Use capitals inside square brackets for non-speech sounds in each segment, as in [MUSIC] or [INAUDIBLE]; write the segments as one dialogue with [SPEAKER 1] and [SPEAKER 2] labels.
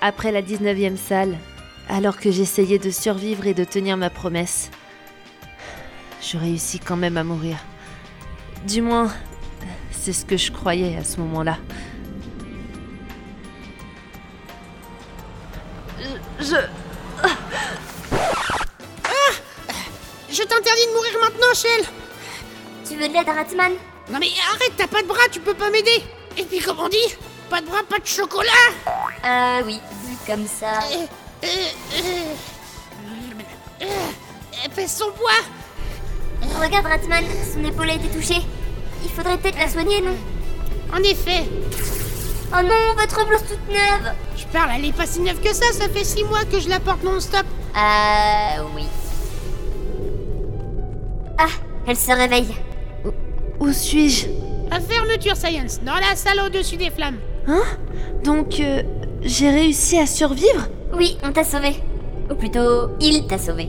[SPEAKER 1] après la 19e salle, alors que j'essayais de survivre et de tenir ma promesse. Je réussis quand même à mourir. Du moins, c'est ce que je croyais à ce moment-là. Je... je-
[SPEAKER 2] Je t'interdis de mourir maintenant, Shell
[SPEAKER 3] Tu veux de l'aide, Ratman
[SPEAKER 2] Non mais arrête, t'as pas de bras, tu peux pas m'aider Et puis comme on dit, pas de bras, pas de chocolat
[SPEAKER 3] Ah oui, vu comme ça.
[SPEAKER 2] Euh, euh, euh, euh, euh, Pèse son poids
[SPEAKER 3] Regarde, Ratman, son épaule a été touchée. Il faudrait peut-être la soigner, non
[SPEAKER 2] En effet,
[SPEAKER 3] Oh non, votre blouse toute neuve
[SPEAKER 2] je parle, elle est pas si neuve que ça, ça fait six mois que je la porte non-stop
[SPEAKER 3] Ah oui. Ah, elle se réveille.
[SPEAKER 1] Où suis-je
[SPEAKER 2] À fermeture science, dans la salle au-dessus des flammes.
[SPEAKER 1] Hein Donc, euh, j'ai réussi à survivre
[SPEAKER 3] Oui, on t'a sauvé. Ou plutôt, il t'a sauvé.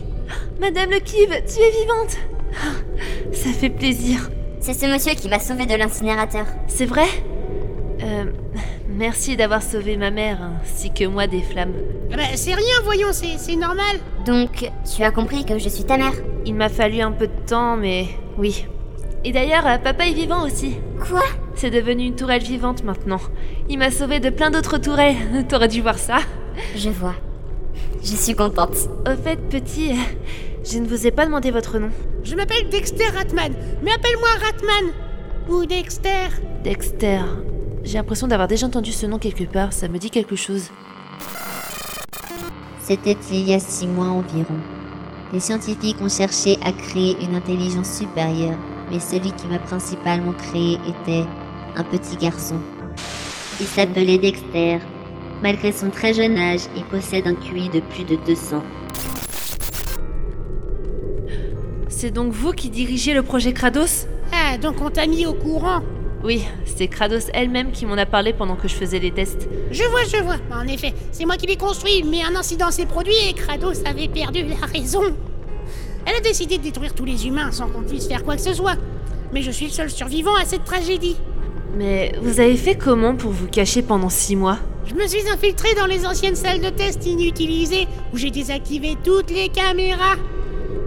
[SPEAKER 1] Madame le Kib, tu es vivante Ah, Ça fait plaisir.
[SPEAKER 3] C'est ce monsieur qui m'a sauvé de l'incinérateur.
[SPEAKER 1] C'est vrai Euh, Merci d'avoir sauvé ma mère, ainsi que moi des flammes.
[SPEAKER 2] Ah bah, c'est rien, voyons, c'est c'est normal.
[SPEAKER 3] Donc, tu as compris que je suis ta mère.
[SPEAKER 1] Il m'a fallu un peu de temps, mais oui. Et d'ailleurs, euh, papa est vivant aussi.
[SPEAKER 3] Quoi
[SPEAKER 1] C'est devenu une tourelle vivante maintenant. Il m'a sauvé de plein d'autres tourelles. [LAUGHS] T'aurais dû voir ça.
[SPEAKER 3] Je vois. Je suis contente.
[SPEAKER 1] Au fait, petit, euh, je ne vous ai pas demandé votre nom.
[SPEAKER 2] Je m'appelle Dexter Ratman, mais appelle-moi Ratman Ou Dexter
[SPEAKER 1] Dexter. J'ai l'impression d'avoir déjà entendu ce nom quelque part. Ça me dit quelque chose.
[SPEAKER 4] C'était il y a six mois environ. Les scientifiques ont cherché à créer une intelligence supérieure, mais celui qui m'a principalement créé était un petit garçon. Il s'appelait Dexter. Malgré son très jeune âge, il possède un QI de plus de 200.
[SPEAKER 1] C'est donc vous qui dirigez le projet Kratos
[SPEAKER 2] Ah, donc on t'a mis au courant
[SPEAKER 1] Oui, c'est Kratos elle-même qui m'en a parlé pendant que je faisais les tests.
[SPEAKER 2] Je vois, je vois. En effet, c'est moi qui l'ai construit, mais un incident s'est produit et Kratos avait perdu la raison. Elle a décidé de détruire tous les humains sans qu'on puisse faire quoi que ce soit. Mais je suis le seul survivant à cette tragédie.
[SPEAKER 1] Mais vous avez fait comment pour vous cacher pendant six mois
[SPEAKER 2] Je me suis infiltré dans les anciennes salles de test inutilisées où j'ai désactivé toutes les caméras.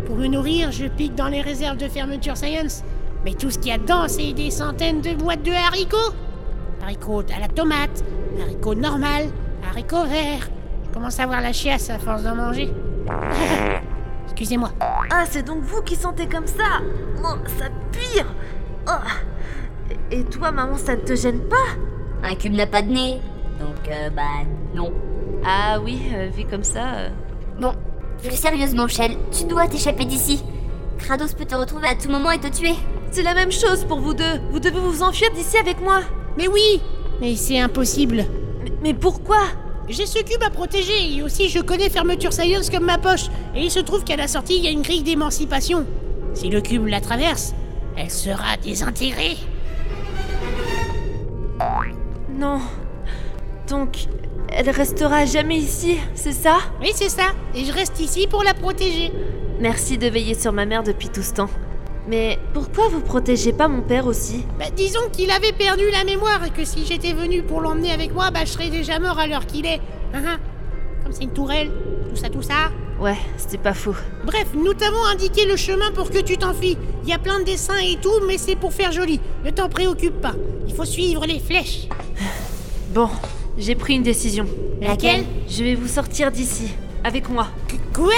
[SPEAKER 2] Pour me nourrir, je pique dans les réserves de fermeture science. Mais tout ce qu'il y a dedans, c'est des centaines de boîtes de haricots. Haricots à la tomate, haricots normal, haricots verts. Je commence à avoir la chiasse à force d'en manger. [LAUGHS] Excusez-moi.
[SPEAKER 1] Ah, c'est donc vous qui sentez comme ça Oh, ça pire Oh. Et toi, maman, ça ne te gêne pas
[SPEAKER 3] Un cube n'a pas de nez. Donc, euh, bah, non.
[SPEAKER 1] Ah oui, euh, vu comme ça... euh.
[SPEAKER 3] Bon, plus sérieusement, Shell, tu dois t'échapper d'ici. Kratos peut te retrouver à tout moment et te tuer.
[SPEAKER 1] C'est la même chose pour vous deux Vous devez vous enfuir d'ici avec moi
[SPEAKER 2] Mais oui Mais c'est impossible.
[SPEAKER 1] Mais, mais pourquoi
[SPEAKER 2] J'ai ce cube à protéger et aussi je connais Fermeture Science comme ma poche. Et il se trouve qu'à la sortie, il y a une grille d'émancipation. Si le cube la traverse, elle sera désintégrée.
[SPEAKER 1] Non... Donc... Elle restera à jamais ici, c'est ça
[SPEAKER 2] Oui, c'est ça. Et je reste ici pour la protéger.
[SPEAKER 1] Merci de veiller sur ma mère depuis tout ce temps. Mais pourquoi vous protégez pas mon père aussi
[SPEAKER 2] Bah, disons qu'il avait perdu la mémoire et que si j'étais venu pour l'emmener avec moi, bah, je serais déjà mort à l'heure qu'il est. Hein, hein. Comme c'est une tourelle, tout ça, tout ça.
[SPEAKER 1] Ouais, c'était pas fou.
[SPEAKER 2] Bref, nous t'avons indiqué le chemin pour que tu t'enfuis. Il y a plein de dessins et tout, mais c'est pour faire joli. Ne t'en préoccupe pas. Il faut suivre les flèches.
[SPEAKER 1] Bon, j'ai pris une décision.
[SPEAKER 3] Laquelle
[SPEAKER 1] Je vais vous sortir d'ici, avec moi.
[SPEAKER 2] Quoi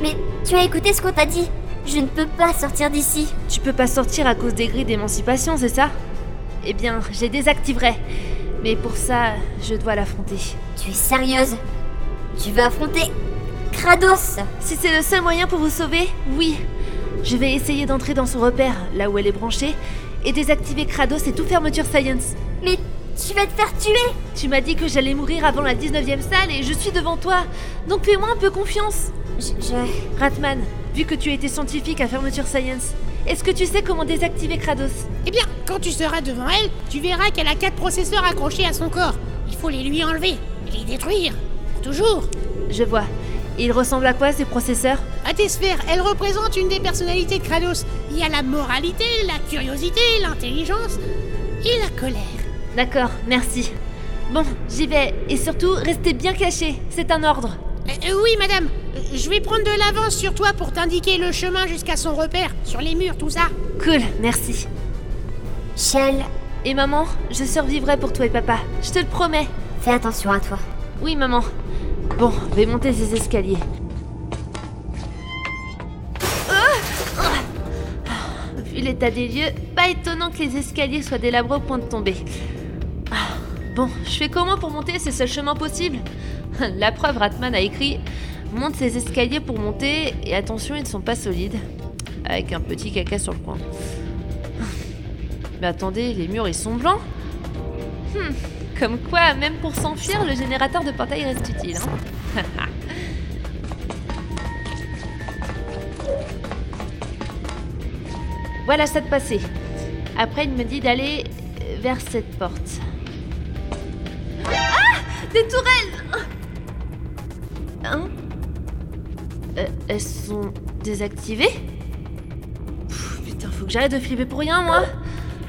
[SPEAKER 3] Mais tu as écouté ce qu'on t'a dit. Je ne peux pas sortir d'ici.
[SPEAKER 1] Tu peux pas sortir à cause des grilles d'émancipation, c'est ça Eh bien, je les désactiverai. Mais pour ça, je dois l'affronter.
[SPEAKER 3] Tu es sérieuse Tu veux affronter Kratos
[SPEAKER 1] Si c'est le seul moyen pour vous sauver, oui. Je vais essayer d'entrer dans son repère, là où elle est branchée, et désactiver Kratos et tout fermeture Science.
[SPEAKER 3] Mais tu vas te faire tuer
[SPEAKER 1] Tu m'as dit que j'allais mourir avant la 19e salle et je suis devant toi. Donc fais-moi un peu confiance.
[SPEAKER 3] Je... je-
[SPEAKER 1] Ratman, vu que tu étais scientifique à fermeture Science, est-ce que tu sais comment désactiver Kratos
[SPEAKER 2] Eh bien, quand tu seras devant elle, tu verras qu'elle a quatre processeurs accrochés à son corps. Il faut les lui enlever et les détruire. Pour toujours.
[SPEAKER 1] Je vois. Il ressemble à quoi ces processeurs
[SPEAKER 2] À tes sphères, elle représente une des personnalités de Kratos. Il y a la moralité, la curiosité, l'intelligence et la colère.
[SPEAKER 1] D'accord, merci. Bon, j'y vais. Et surtout, restez bien cachés. C'est un ordre.
[SPEAKER 2] Euh, euh, oui, madame. Euh, Je vais prendre de l'avance sur toi pour t'indiquer le chemin jusqu'à son repère, sur les murs, tout ça.
[SPEAKER 1] Cool, merci.
[SPEAKER 3] Shell,
[SPEAKER 1] Et maman, je survivrai pour toi et papa. Je te le promets.
[SPEAKER 3] fais attention à toi.
[SPEAKER 1] Oui, maman. Bon, je vais monter ces escaliers. Ah Ah Vu l'état des lieux, pas étonnant que les escaliers soient délabrés au point de tomber. Ah, Bon, je fais comment pour monter C'est le seul chemin possible [LAUGHS] La preuve, Ratman a écrit Monte ces escaliers pour monter et attention, ils ne sont pas solides. Avec un petit caca sur le coin. Mais attendez, les murs ils sont blancs comme quoi, même pour s'enfuir, le générateur de portail reste utile. hein. [LAUGHS] voilà ça de passé. Après, il me dit d'aller euh, vers cette porte. Ah Des tourelles Hein Euh, Elles sont désactivées Pff, Putain, faut que j'arrête de flipper pour rien, moi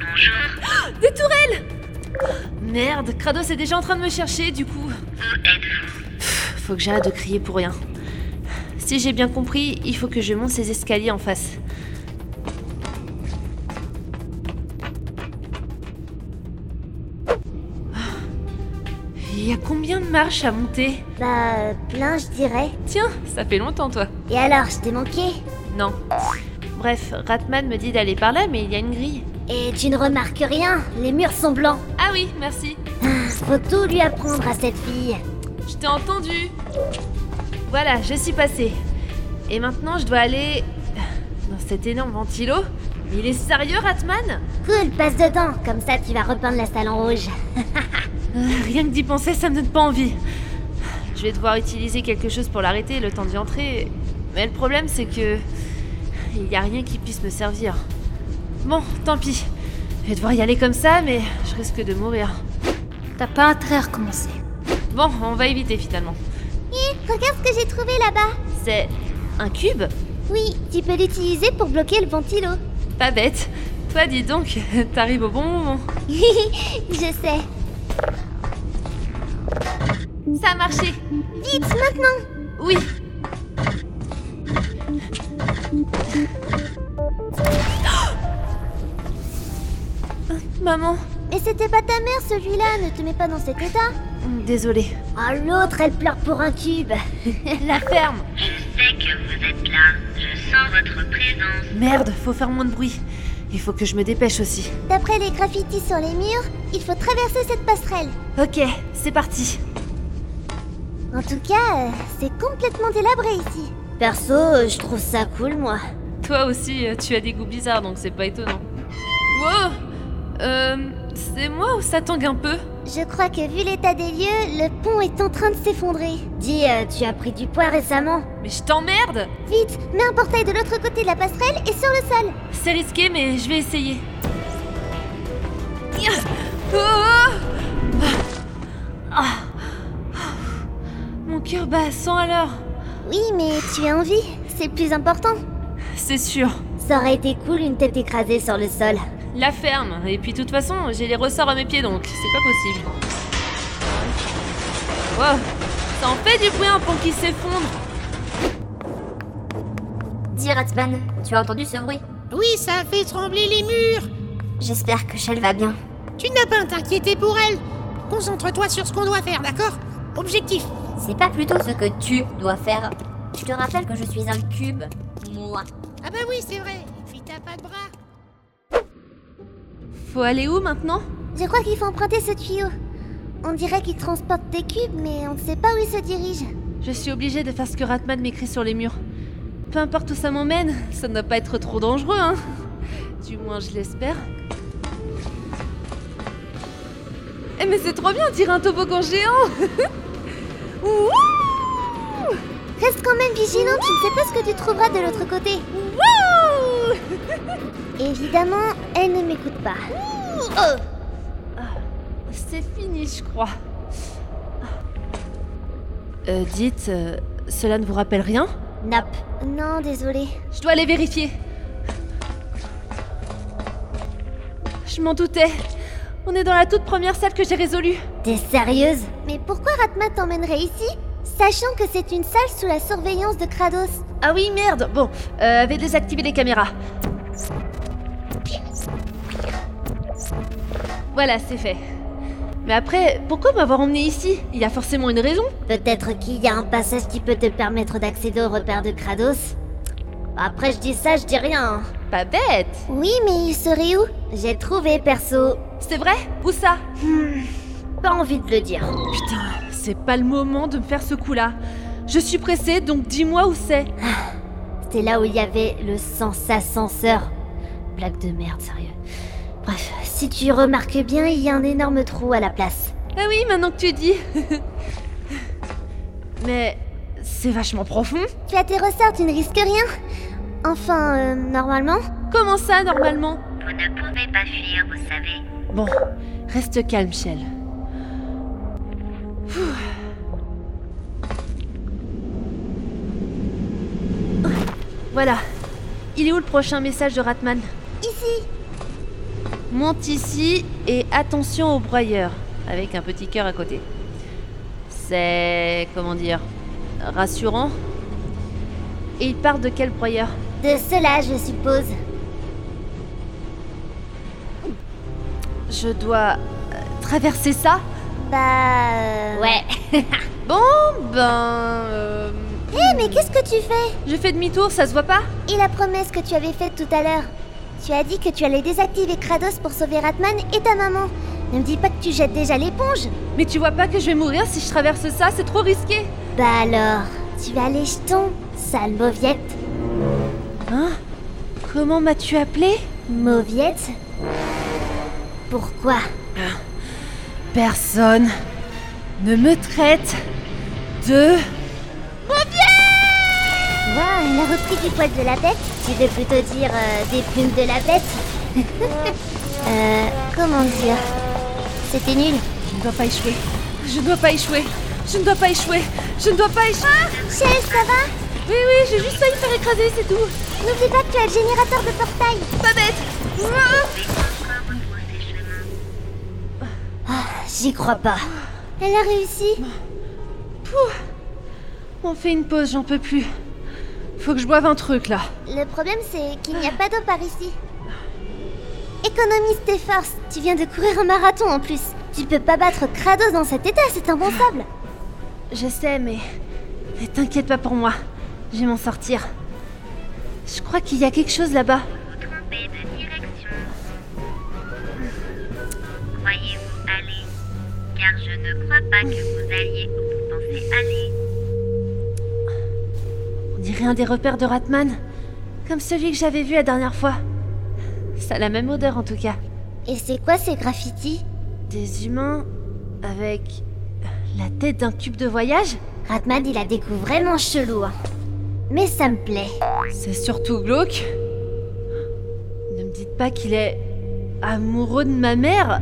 [SPEAKER 1] Ah Des tourelles Merde, Kratos est déjà en train de me chercher, du coup. Pff, Faut que j'arrête de crier pour rien. Si j'ai bien compris, il faut que je monte ces escaliers en face. Ah, Il y a combien de marches à monter
[SPEAKER 5] Bah, plein, je dirais.
[SPEAKER 1] Tiens, ça fait longtemps toi.
[SPEAKER 5] Et alors, je t'ai manqué
[SPEAKER 1] Non. Bref, Ratman me dit d'aller par là, mais il y a une grille.
[SPEAKER 5] Et tu ne remarques rien, les murs sont blancs. Ah,
[SPEAKER 1] Ah oui, merci.
[SPEAKER 5] Faut tout lui apprendre à cette fille.
[SPEAKER 1] Je t'ai entendu. Voilà, je suis passée. Et maintenant, je dois aller dans cet énorme ventilo. Mais il est sérieux, Ratman
[SPEAKER 5] Cool, passe dedans, comme ça tu vas repeindre la salle en rouge.
[SPEAKER 1] Euh, Rien que d'y penser, ça me donne pas envie. Je vais devoir utiliser quelque chose pour l'arrêter le temps d'y entrer. Mais le problème, c'est que il n'y a rien qui puisse me servir. Bon, tant pis. Je vais devoir y aller comme ça, mais je risque de mourir.
[SPEAKER 6] T'as pas intérêt à recommencer.
[SPEAKER 1] Bon, on va éviter finalement.
[SPEAKER 5] Eh, Regarde ce que j'ai trouvé là-bas.
[SPEAKER 1] C'est un cube
[SPEAKER 5] Oui, tu peux l'utiliser pour bloquer le ventilo. [LAUGHS]
[SPEAKER 1] Pas bête. Toi, dis donc, [LAUGHS] t'arrives au bon moment.
[SPEAKER 5] je sais.
[SPEAKER 1] Ça a marché.
[SPEAKER 5] Vite, maintenant
[SPEAKER 1] Oui. [GASPS] Maman,
[SPEAKER 5] Mais c'était pas ta mère celui-là, ne te mets pas dans cet état.
[SPEAKER 1] désolée.
[SPEAKER 5] Ah, l'autre, elle pleure pour un cube.
[SPEAKER 1] La ferme.
[SPEAKER 7] Je sais que vous êtes là. Je sens votre présence.
[SPEAKER 1] Merde, faut faire moins de bruit. Il faut que je me dépêche aussi.
[SPEAKER 5] D'après les graffitis sur les murs, il faut traverser cette passerelle.
[SPEAKER 1] Ok, c'est parti.
[SPEAKER 5] En tout cas, euh, c'est complètement délabré ici. Perso, euh, je trouve ça cool, moi.
[SPEAKER 1] Toi aussi, euh, tu as des goûts bizarres, donc c'est pas étonnant. Wow Euh. C'est moi ou ça tangue un peu
[SPEAKER 5] Je crois que vu l'état des lieux, le pont est en train de s'effondrer. Dis, euh, tu as pris du poids récemment.
[SPEAKER 1] Mais je t'emmerde
[SPEAKER 5] Vite, mets un portail de l'autre côté de la passerelle et sur le sol.
[SPEAKER 1] C'est risqué, mais je vais essayer. Oh Ah. Mon cœur bat à 100 à l'heure.
[SPEAKER 5] Oui, mais tu as envie, c'est le plus important.
[SPEAKER 1] C'est sûr.
[SPEAKER 5] Ça aurait été cool une tête écrasée sur le sol.
[SPEAKER 1] La ferme. Et puis, de toute façon, j'ai les ressorts à mes pieds, donc c'est pas possible. Wow. Ça en fait du bruit, un pont qui s'effondre.
[SPEAKER 3] Dis Ratman, tu as entendu ce bruit
[SPEAKER 2] Oui, ça a fait trembler les murs.
[SPEAKER 3] J'espère que Shell va bien.
[SPEAKER 2] Tu n'as pas à t'inquiéter pour elle. Concentre-toi sur ce qu'on doit faire, d'accord Objectif.
[SPEAKER 3] C'est pas plutôt ce que tu dois faire. Je te rappelle que je suis un cube. Moi.
[SPEAKER 2] Ah bah oui, c'est vrai. Et puis t'as pas de bras.
[SPEAKER 1] Faut aller où maintenant
[SPEAKER 5] Je crois qu'il faut emprunter ce tuyau. On dirait qu'il transporte des cubes, mais on ne sait pas où il se dirige.
[SPEAKER 1] Je suis obligée de faire ce que Ratman m'écrit sur les murs. Peu importe où ça m'emmène, ça ne doit pas être trop dangereux, hein Du moins, je l'espère. Eh mais c'est trop bien, on dirait un toboggan géant [LAUGHS] Ouh
[SPEAKER 5] Reste quand même vigilant, tu ne sais pas ce que tu trouveras de l'autre côté. Évidemment, elle ne m'écoute pas.
[SPEAKER 1] C'est fini, je crois. Euh, dites, euh, cela ne vous rappelle rien
[SPEAKER 5] Nap. Non, désolé.
[SPEAKER 1] Je dois aller vérifier. Je m'en doutais. On est dans la toute première salle que j'ai résolue.
[SPEAKER 5] T'es sérieuse Mais pourquoi Ratma t'emmènerait ici Sachant que c'est une salle sous la surveillance de Kratos.
[SPEAKER 1] Ah oui, merde Bon, euh, avez désactivé les caméras. Voilà, c'est fait. Mais après, pourquoi m'avoir emmené ici Il y a forcément une raison.
[SPEAKER 5] Peut-être qu'il y a un passage qui peut te permettre d'accéder au repère de Kratos. Après, je dis ça, je dis rien.
[SPEAKER 1] Pas bête
[SPEAKER 5] Oui, mais il serait où J'ai trouvé, perso.
[SPEAKER 1] C'est vrai Où ça
[SPEAKER 5] Pas envie de le dire.
[SPEAKER 1] Putain, c'est pas le moment de me faire ce coup-là. Je suis pressée, donc dis-moi où c'est.
[SPEAKER 5] C'est là où il y avait le sens ascenseur. Blague de merde, sérieux. Bref, si tu remarques bien, il y a un énorme trou à la place.
[SPEAKER 1] Ah oui, maintenant que tu dis. [LAUGHS] Mais c'est vachement profond.
[SPEAKER 5] Tu as tes ressorts, tu ne risques rien. Enfin, euh, normalement.
[SPEAKER 1] Comment ça, normalement
[SPEAKER 7] Vous ne pouvez pas fuir, vous savez.
[SPEAKER 1] Bon, reste calme, Shell. Voilà. Il est où le prochain message de Ratman
[SPEAKER 5] Ici
[SPEAKER 1] Monte ici et attention au broyeur, avec un petit cœur à côté. C'est. comment dire Rassurant. Et il part de quel broyeur
[SPEAKER 5] De cela, je suppose.
[SPEAKER 1] Je dois. euh, traverser ça
[SPEAKER 5] Bah... euh,
[SPEAKER 3] Ouais.
[SPEAKER 1] Bon, ben. euh,
[SPEAKER 5] Eh, mais qu'est-ce que tu fais
[SPEAKER 1] je fais demi-tour, ça se voit pas
[SPEAKER 5] Et la promesse que tu avais faite tout à l'heure Tu as dit que tu allais désactiver Kratos pour sauver Ratman et ta maman. Ne me dis pas que tu jettes déjà l'éponge
[SPEAKER 1] Mais tu vois pas que je vais mourir si je traverse ça, c'est trop risqué
[SPEAKER 5] Bah alors, tu as les jetons, sale mauviette.
[SPEAKER 1] Hein Comment m'as-tu appelé
[SPEAKER 5] Mauviette Pourquoi
[SPEAKER 1] Personne ne me traite de.
[SPEAKER 5] Waouh, elle a repris du poil de la bête Tu veux plutôt dire euh, des plumes de la bête [LAUGHS] Euh, comment dire C'était nul.
[SPEAKER 1] Je ne dois pas échouer. Je ne dois pas échouer. Je ne dois pas échouer. Je ne dois pas échouer. Ah
[SPEAKER 5] Chef, ça va
[SPEAKER 1] oui, oui, j'ai juste failli me faire écraser, c'est tout.
[SPEAKER 5] N'oublie pas que tu as le générateur de portail
[SPEAKER 1] Pas bête.
[SPEAKER 7] Vous pouvez encore retrousser chemin.
[SPEAKER 5] J'y crois pas. Elle a réussi
[SPEAKER 1] On fait une pause, j'en peux plus. Faut que je boive un truc là.
[SPEAKER 5] Le problème, c'est qu'il n'y a pas d'eau par ici. Économise tes forces. Tu viens de courir un marathon en plus. Tu peux pas battre Kratos dans cet état, c'est impensable.
[SPEAKER 1] Je sais, mais. Mais t'inquiète pas pour moi. Je vais m'en sortir. Je crois qu'il y a quelque chose là-bas.
[SPEAKER 7] Vous trompez de direction. Croyez-vous aller Car je ne crois pas que vous alliez où vous pensez aller.
[SPEAKER 1] On dirait un des repères de Ratman. Comme celui que j'avais vu la dernière fois. Ça a la même odeur en tout cas.
[SPEAKER 5] Et c'est quoi ces graffitis
[SPEAKER 1] Des humains avec la tête d'un cube de voyage
[SPEAKER 5] Ratman, il a des coups vraiment chelous. hein. Mais ça me plaît.
[SPEAKER 1] C'est surtout glauque. Ne me dites pas qu'il est amoureux de ma mère.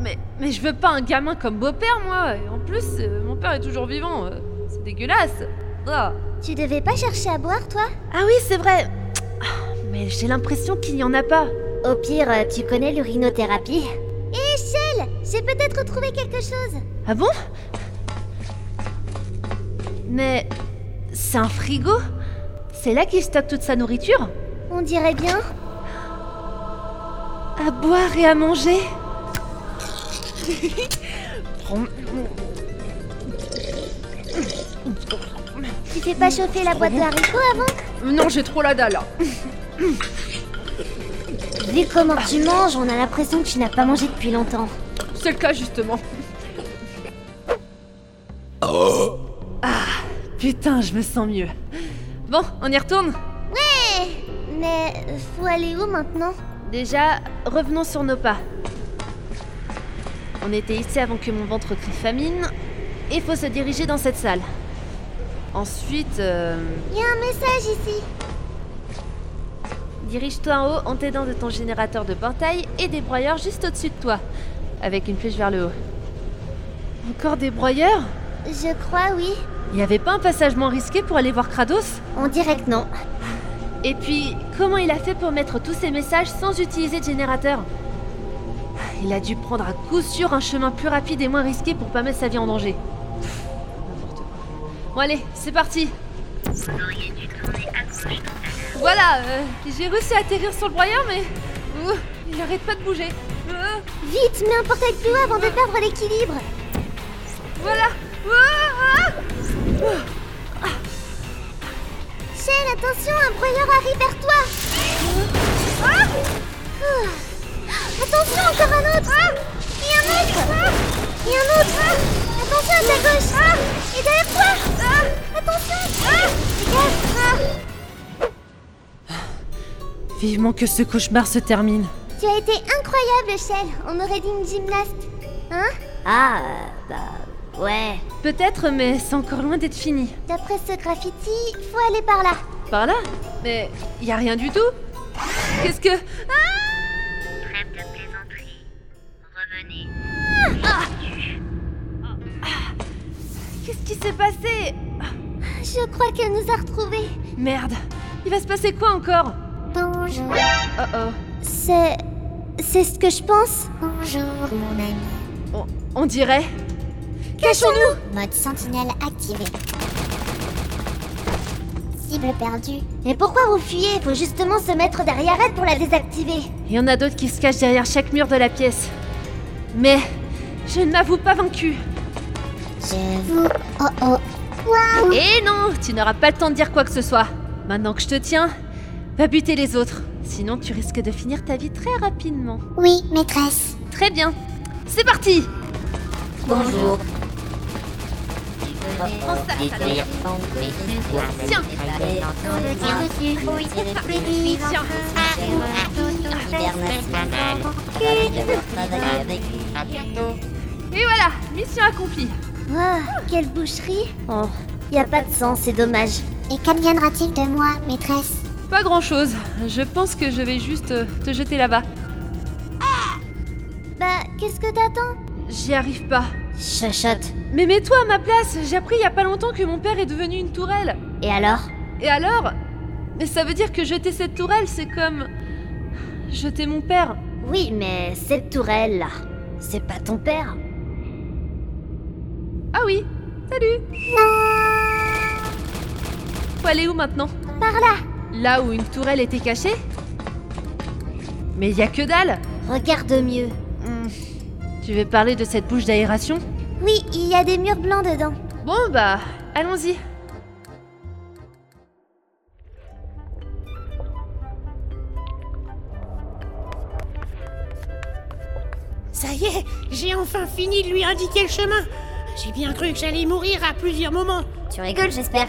[SPEAKER 1] Mais, mais je veux pas un gamin comme beau-père, moi. Et en plus, euh, mon père est toujours vivant. euh, C'est dégueulasse. Ah,
[SPEAKER 5] Tu devais pas chercher à boire, toi
[SPEAKER 1] Ah oui, c'est vrai. Ah, Mais j'ai l'impression qu'il n'y en a pas.
[SPEAKER 5] Au pire, euh, tu connais l'urinothérapie. Hé, Shell J'ai peut-être trouvé quelque chose.
[SPEAKER 1] Ah bon Mais c'est un frigo C'est là qu'il stocke toute sa nourriture
[SPEAKER 5] On dirait bien.
[SPEAKER 1] À boire et à manger [LAUGHS] Prends-
[SPEAKER 5] Tu fais pas chauffer la boîte de haricots avant
[SPEAKER 1] Non, j'ai trop la dalle.
[SPEAKER 5] Vu comment tu manges, on a l'impression que tu n'as pas mangé depuis longtemps.
[SPEAKER 1] C'est le cas justement. Ah, putain, je me sens mieux. Bon, on y retourne
[SPEAKER 5] Mais euh, faut aller où maintenant
[SPEAKER 1] Déjà, revenons sur nos pas. On était ici avant que mon ventre crie famine, et faut se diriger dans cette salle. Ensuite, euh,
[SPEAKER 5] Il y a un message ici.
[SPEAKER 1] dirige-toi en haut en t'aidant de ton générateur de portail et des broyeurs juste au-dessus de toi, avec une flèche vers le haut. Encore des broyeurs
[SPEAKER 5] Je crois, oui.
[SPEAKER 1] Il n'y avait pas un passage moins risqué pour aller voir Kratos
[SPEAKER 5] On dirait que non.
[SPEAKER 1] Et puis, comment il a fait pour mettre tous ces messages sans utiliser de générateur Il a dû prendre à coup sûr un chemin plus rapide et moins risqué pour pas mettre sa vie en danger. Pff, N'importe quoi. Bon allez, c'est parti
[SPEAKER 7] Vous auriez dû tourner à gauche tout à l'heure.
[SPEAKER 1] Voilà, euh, j'ai réussi à atterrir sur le broyeur, mais... Ouh, il arrête pas de bouger. Euh,
[SPEAKER 5] Vite, mets un portail plus haut avant de perdre l'équilibre
[SPEAKER 1] voilà Ouah, ah
[SPEAKER 5] Shell, attention, un broyeur arrive vers toi Ouh. Ah Attention, encore un autre Et un autre Et un autre Attention à ta gauche Et derrière toi Attention Fais gaffe.
[SPEAKER 1] Vivement que ce cauchemar se termine.
[SPEAKER 5] Tu as été incroyable, Shell On aurait dit une gymnaste Hein
[SPEAKER 4] Ah, euh, bah, ouais.
[SPEAKER 1] Peut-être, mais c'est encore loin d'être fini.
[SPEAKER 5] D'après ce graffiti, faut aller par là
[SPEAKER 1] Par là Mais y a rien du tout Qu'est-ce que... ah,
[SPEAKER 7] Trêve de plaisanterie. Revenez.
[SPEAKER 1] Qu'est-ce qui s'est passé
[SPEAKER 5] Je crois qu'elle nous a retrouvés
[SPEAKER 1] Merde Il va se passer quoi encore
[SPEAKER 5] Bonjour
[SPEAKER 1] Oh oh.
[SPEAKER 5] C'est... c'est ce que je pense
[SPEAKER 8] Bonjour mon ami.
[SPEAKER 1] On, on dirait... Cachons-nous
[SPEAKER 8] Mode sentinelle activé. Cible perdue.
[SPEAKER 5] Mais pourquoi vous fuyez Faut justement se mettre derrière elle pour la désactiver
[SPEAKER 1] Il y en a d'autres qui se cachent derrière chaque mur de la pièce. Mais... Je ne m'avoue pas vaincu.
[SPEAKER 8] Je vous... Oh oh.
[SPEAKER 1] Et Eh non, tu n'auras pas le temps de dire quoi que ce soit. Maintenant que je te tiens, va buter les autres. Sinon, tu risques de finir ta vie très rapidement.
[SPEAKER 8] Oui, maîtresse.
[SPEAKER 1] Très bien. C'est parti
[SPEAKER 4] Bonjour.
[SPEAKER 1] Tiens
[SPEAKER 8] On le tire dessus. Oui,
[SPEAKER 1] Tiens Et voilà Mission accomplie
[SPEAKER 5] Waouh, Ah, quelle boucherie Oh, y a pas de sang, c'est dommage.
[SPEAKER 8] Et qu'adviendra-t-il de moi, maîtresse
[SPEAKER 1] Pas grand-chose. Je pense que je vais juste euh, te jeter là-bas.
[SPEAKER 5] Bah, qu'est-ce que t'attends
[SPEAKER 1] J'y arrive pas.
[SPEAKER 5] Chachotte.
[SPEAKER 1] Mais mets-toi à ma place J'ai appris il y a pas longtemps que mon père est devenu une tourelle.
[SPEAKER 5] Et alors
[SPEAKER 1] Et alors Mais ça veut dire que jeter cette tourelle, c'est comme... Jeter mon père.
[SPEAKER 5] Oui, mais cette tourelle là, c'est pas ton père
[SPEAKER 1] Ah oui Salut Faut aller où maintenant
[SPEAKER 5] Par là
[SPEAKER 1] Là où une tourelle était cachée Mais y a que dalle
[SPEAKER 5] Regarde mieux.
[SPEAKER 1] Hmm. Tu veux parler de cette bouche d'aération
[SPEAKER 5] Oui, il y a des murs blancs dedans.
[SPEAKER 1] Bon bah, allons-y
[SPEAKER 2] Ça y est, j'ai enfin fini de lui indiquer le chemin. J'ai bien cru que j'allais mourir à plusieurs moments.
[SPEAKER 3] Tu rigoles, j'espère.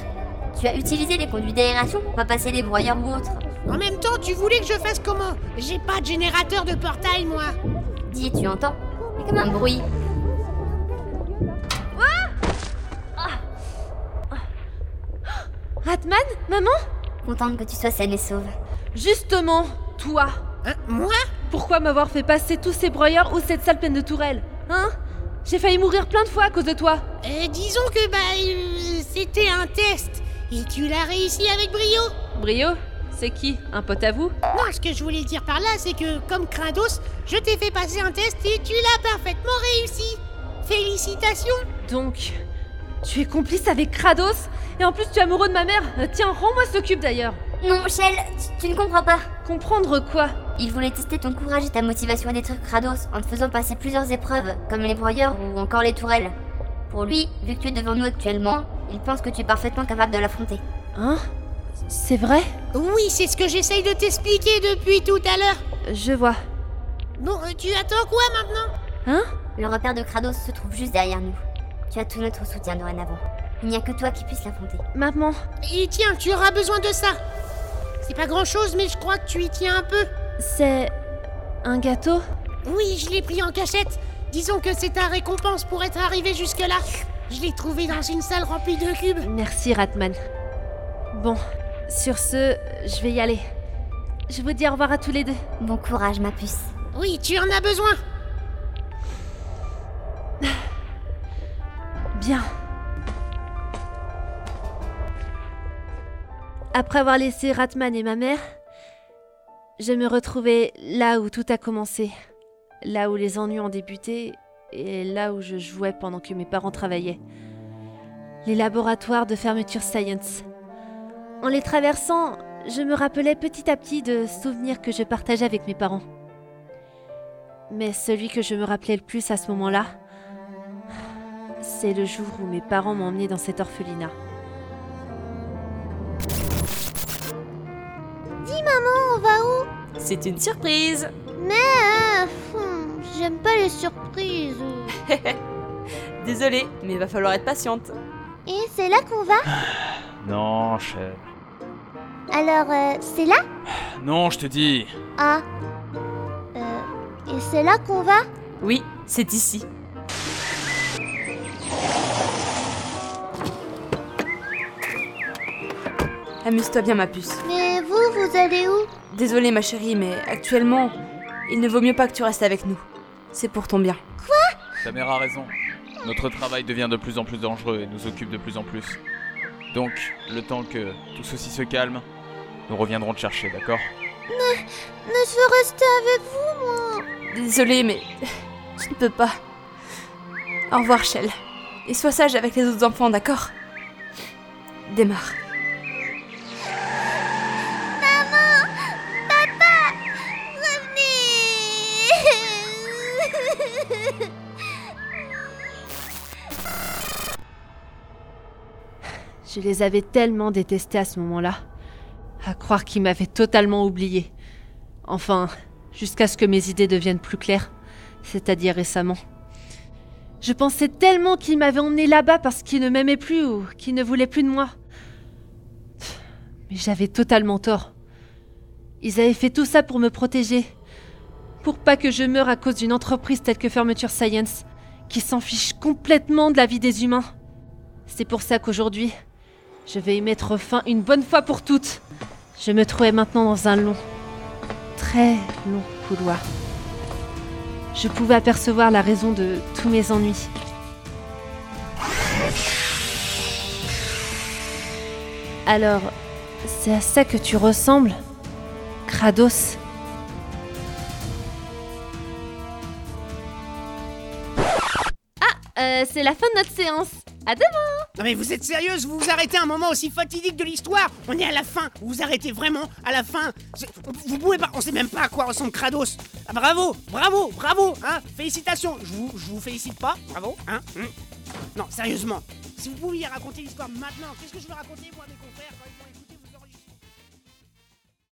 [SPEAKER 3] Tu as utilisé les conduits d'aération pour pas passer les broyeurs ou autres.
[SPEAKER 2] En même temps, tu voulais que je fasse comment J'ai pas de générateur de portail, moi.
[SPEAKER 3] Dis, tu entends
[SPEAKER 5] Oh.
[SPEAKER 3] C'est comme un bruit.
[SPEAKER 1] Ratman Maman
[SPEAKER 3] Contente que tu sois saine et sauve.
[SPEAKER 1] Justement, toi
[SPEAKER 2] Hein, moi
[SPEAKER 1] Pourquoi m'avoir fait passer tous ces broyeurs ou cette sale peine de tourelle Hein J'ai failli mourir plein de fois à cause de toi
[SPEAKER 2] Euh, Disons que bah euh, c'était un test. Et tu l'as réussi avec brio.
[SPEAKER 1] Brio C'est qui Un pote à vous
[SPEAKER 2] Non, ce que je voulais dire par là, c'est que comme Kratos, je t'ai fait passer un test et tu l'as parfaitement réussi. Félicitations.
[SPEAKER 1] Donc, tu es complice avec Kratos Et en plus, tu es amoureux de ma mère Euh, Tiens, rends-moi ce cube d'ailleurs
[SPEAKER 3] Non, Shell, tu, tu ne comprends pas.
[SPEAKER 1] Comprendre quoi
[SPEAKER 3] Il voulait tester ton courage et ta motivation à détruire Kratos en te faisant passer plusieurs épreuves, comme les broyeurs ou encore les tourelles. Pour lui, vu que tu es devant nous actuellement, il pense que tu es parfaitement capable de l'affronter.
[SPEAKER 1] Hein C'est vrai
[SPEAKER 2] Oui, c'est ce que j'essaye de t'expliquer depuis tout à l'heure.
[SPEAKER 1] Je vois.
[SPEAKER 2] Bon, euh, tu attends quoi maintenant
[SPEAKER 1] Hein
[SPEAKER 3] Le repère de Kratos se trouve juste derrière nous. Tu as tout notre soutien dorénavant. Il n'y a que toi qui puisse l'affronter.
[SPEAKER 1] Maman
[SPEAKER 2] Et tiens, tu auras besoin de ça. C'est pas grand chose, mais je crois que tu y tiens un peu.
[SPEAKER 1] C'est un gâteau
[SPEAKER 2] Oui, je l'ai pris en cachette. Disons que c'est ta récompense pour être arrivé jusque-là. Je l'ai trouvé dans une salle remplie de cubes.
[SPEAKER 1] Merci Ratman. Bon, sur ce, je vais y aller. Je vous dis au revoir à tous les deux.
[SPEAKER 3] Bon courage, ma puce.
[SPEAKER 2] Oui, tu en as besoin.
[SPEAKER 1] Bien. Après avoir laissé Ratman et ma mère, je me retrouvais là où tout a commencé, là où les ennuis ont débuté et là où je jouais pendant que mes parents travaillaient. Les laboratoires de fermeture science. En les traversant, je me rappelais petit à petit de souvenirs que je partageais avec mes parents. Mais celui que je me rappelais le plus à ce moment-là, c'est le jour où mes parents m'ont emmené dans cet orphelinat.
[SPEAKER 5] Dis maman, on va où
[SPEAKER 9] C'est une surprise
[SPEAKER 5] Mais euh, hum, j'aime pas les surprises.
[SPEAKER 9] Désolée, mais va falloir être patiente.
[SPEAKER 5] Et c'est là qu'on va
[SPEAKER 10] Non, chef.
[SPEAKER 5] Alors euh, c'est là
[SPEAKER 10] Non, je te dis.
[SPEAKER 5] Ah. Euh, et c'est là qu'on va
[SPEAKER 9] Oui, c'est ici. Amuse-toi bien, ma puce.
[SPEAKER 5] Mais vous, vous allez où [LAUGHS]
[SPEAKER 9] Désolée, ma chérie, mais actuellement, il ne vaut mieux pas que tu restes avec nous. C'est pour ton bien.
[SPEAKER 10] Ta mère a raison. Notre travail devient de plus en plus dangereux et nous occupe de plus en plus. Donc, le temps que tout ceci se calme, nous reviendrons te chercher, d'accord
[SPEAKER 5] Mais je veux rester avec vous, moi.
[SPEAKER 9] Désolée, mais [LAUGHS] tu ne peux pas. Au revoir, Shell. Et sois sage avec les autres enfants, d'accord Démarre.
[SPEAKER 5] Revenez
[SPEAKER 1] Je les avais tellement détestés à ce moment-là. À croire qu'ils m'avaient totalement oublié. Enfin, jusqu'à ce que mes idées deviennent plus claires, c'est-à-dire récemment. Je pensais tellement qu'ils m'avaient emmené là-bas parce qu'ils ne m'aimaient plus ou qu'ils ne voulaient plus de moi. Pff, Mais j'avais totalement tort. Ils avaient fait tout ça pour me protéger. Pour pas que je meure à cause d'une entreprise telle que Fermeture Science, qui s'en fiche complètement de la vie des humains. C'est pour ça qu'aujourd'hui, je vais y mettre fin une bonne fois pour toutes. Je me trouvais maintenant dans un long, très long couloir. Je pouvais apercevoir la raison de tous mes ennuis. Alors, c'est à ça que tu ressembles Kratos Ah,
[SPEAKER 11] Euh, c'est la fin de notre séance.
[SPEAKER 12] Non mais vous êtes sérieuse Vous vous arrêtez à un moment aussi fatidique de l'histoire On est à la fin Vous vous arrêtez vraiment à la fin C'est- Vous pouvez pas... On sait même pas à quoi ressemble Kratos Ah, Bravo Bravo Bravo Hein Félicitations Je vous, je vous félicite pas Bravo Hein Hum. Non, sérieusement Si vous pouviez raconter l'histoire maintenant, qu'est-ce que je vais raconter moi à mes copains